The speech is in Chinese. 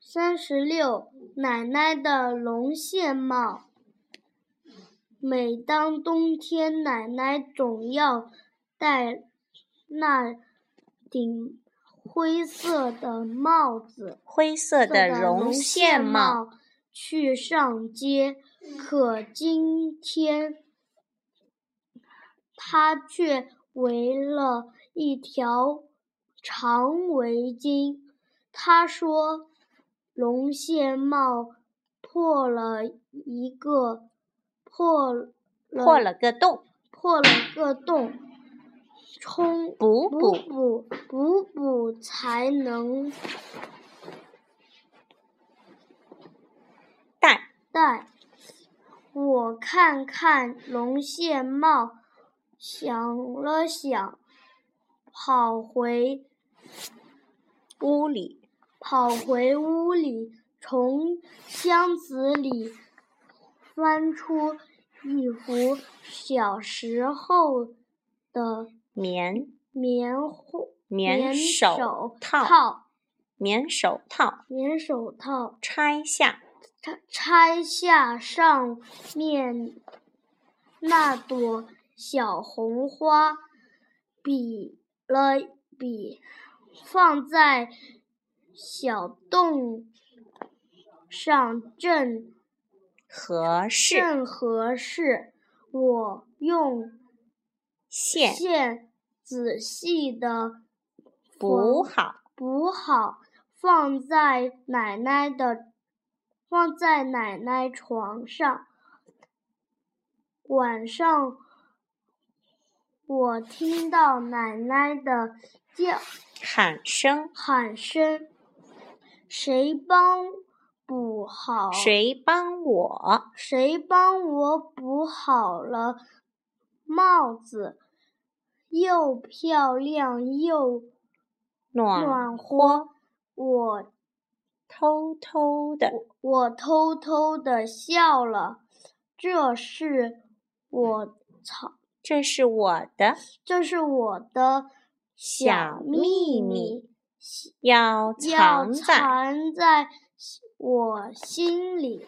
三十六，奶奶的绒线帽。每当冬天，奶奶总要戴那顶灰色的帽子，灰色的绒线帽。嗯帽去上街。可今天，她却围了一条长围巾。她说：“绒线帽破了一个，破了破了个洞，破了个洞，冲补补补补补补才能蛋。戴。我看看绒线帽，想了想，跑回屋里跑回屋里，从箱子里翻出一幅小时候的棉棉花棉手手套，棉手套棉手套拆下拆拆下上面那朵小红花，比了比，放在小洞上正合适正合适。我用线线仔细的补好补好，放在奶奶的，放在奶奶床上。晚上，我听到奶奶的叫喊声，喊声，谁帮补好？谁帮我谁帮我补好了帽子？又漂亮又暖暖和，我偷偷的我偷偷的笑了，这是我藏，这是我的这是我的小秘密密，，要要藏在藏在我心里。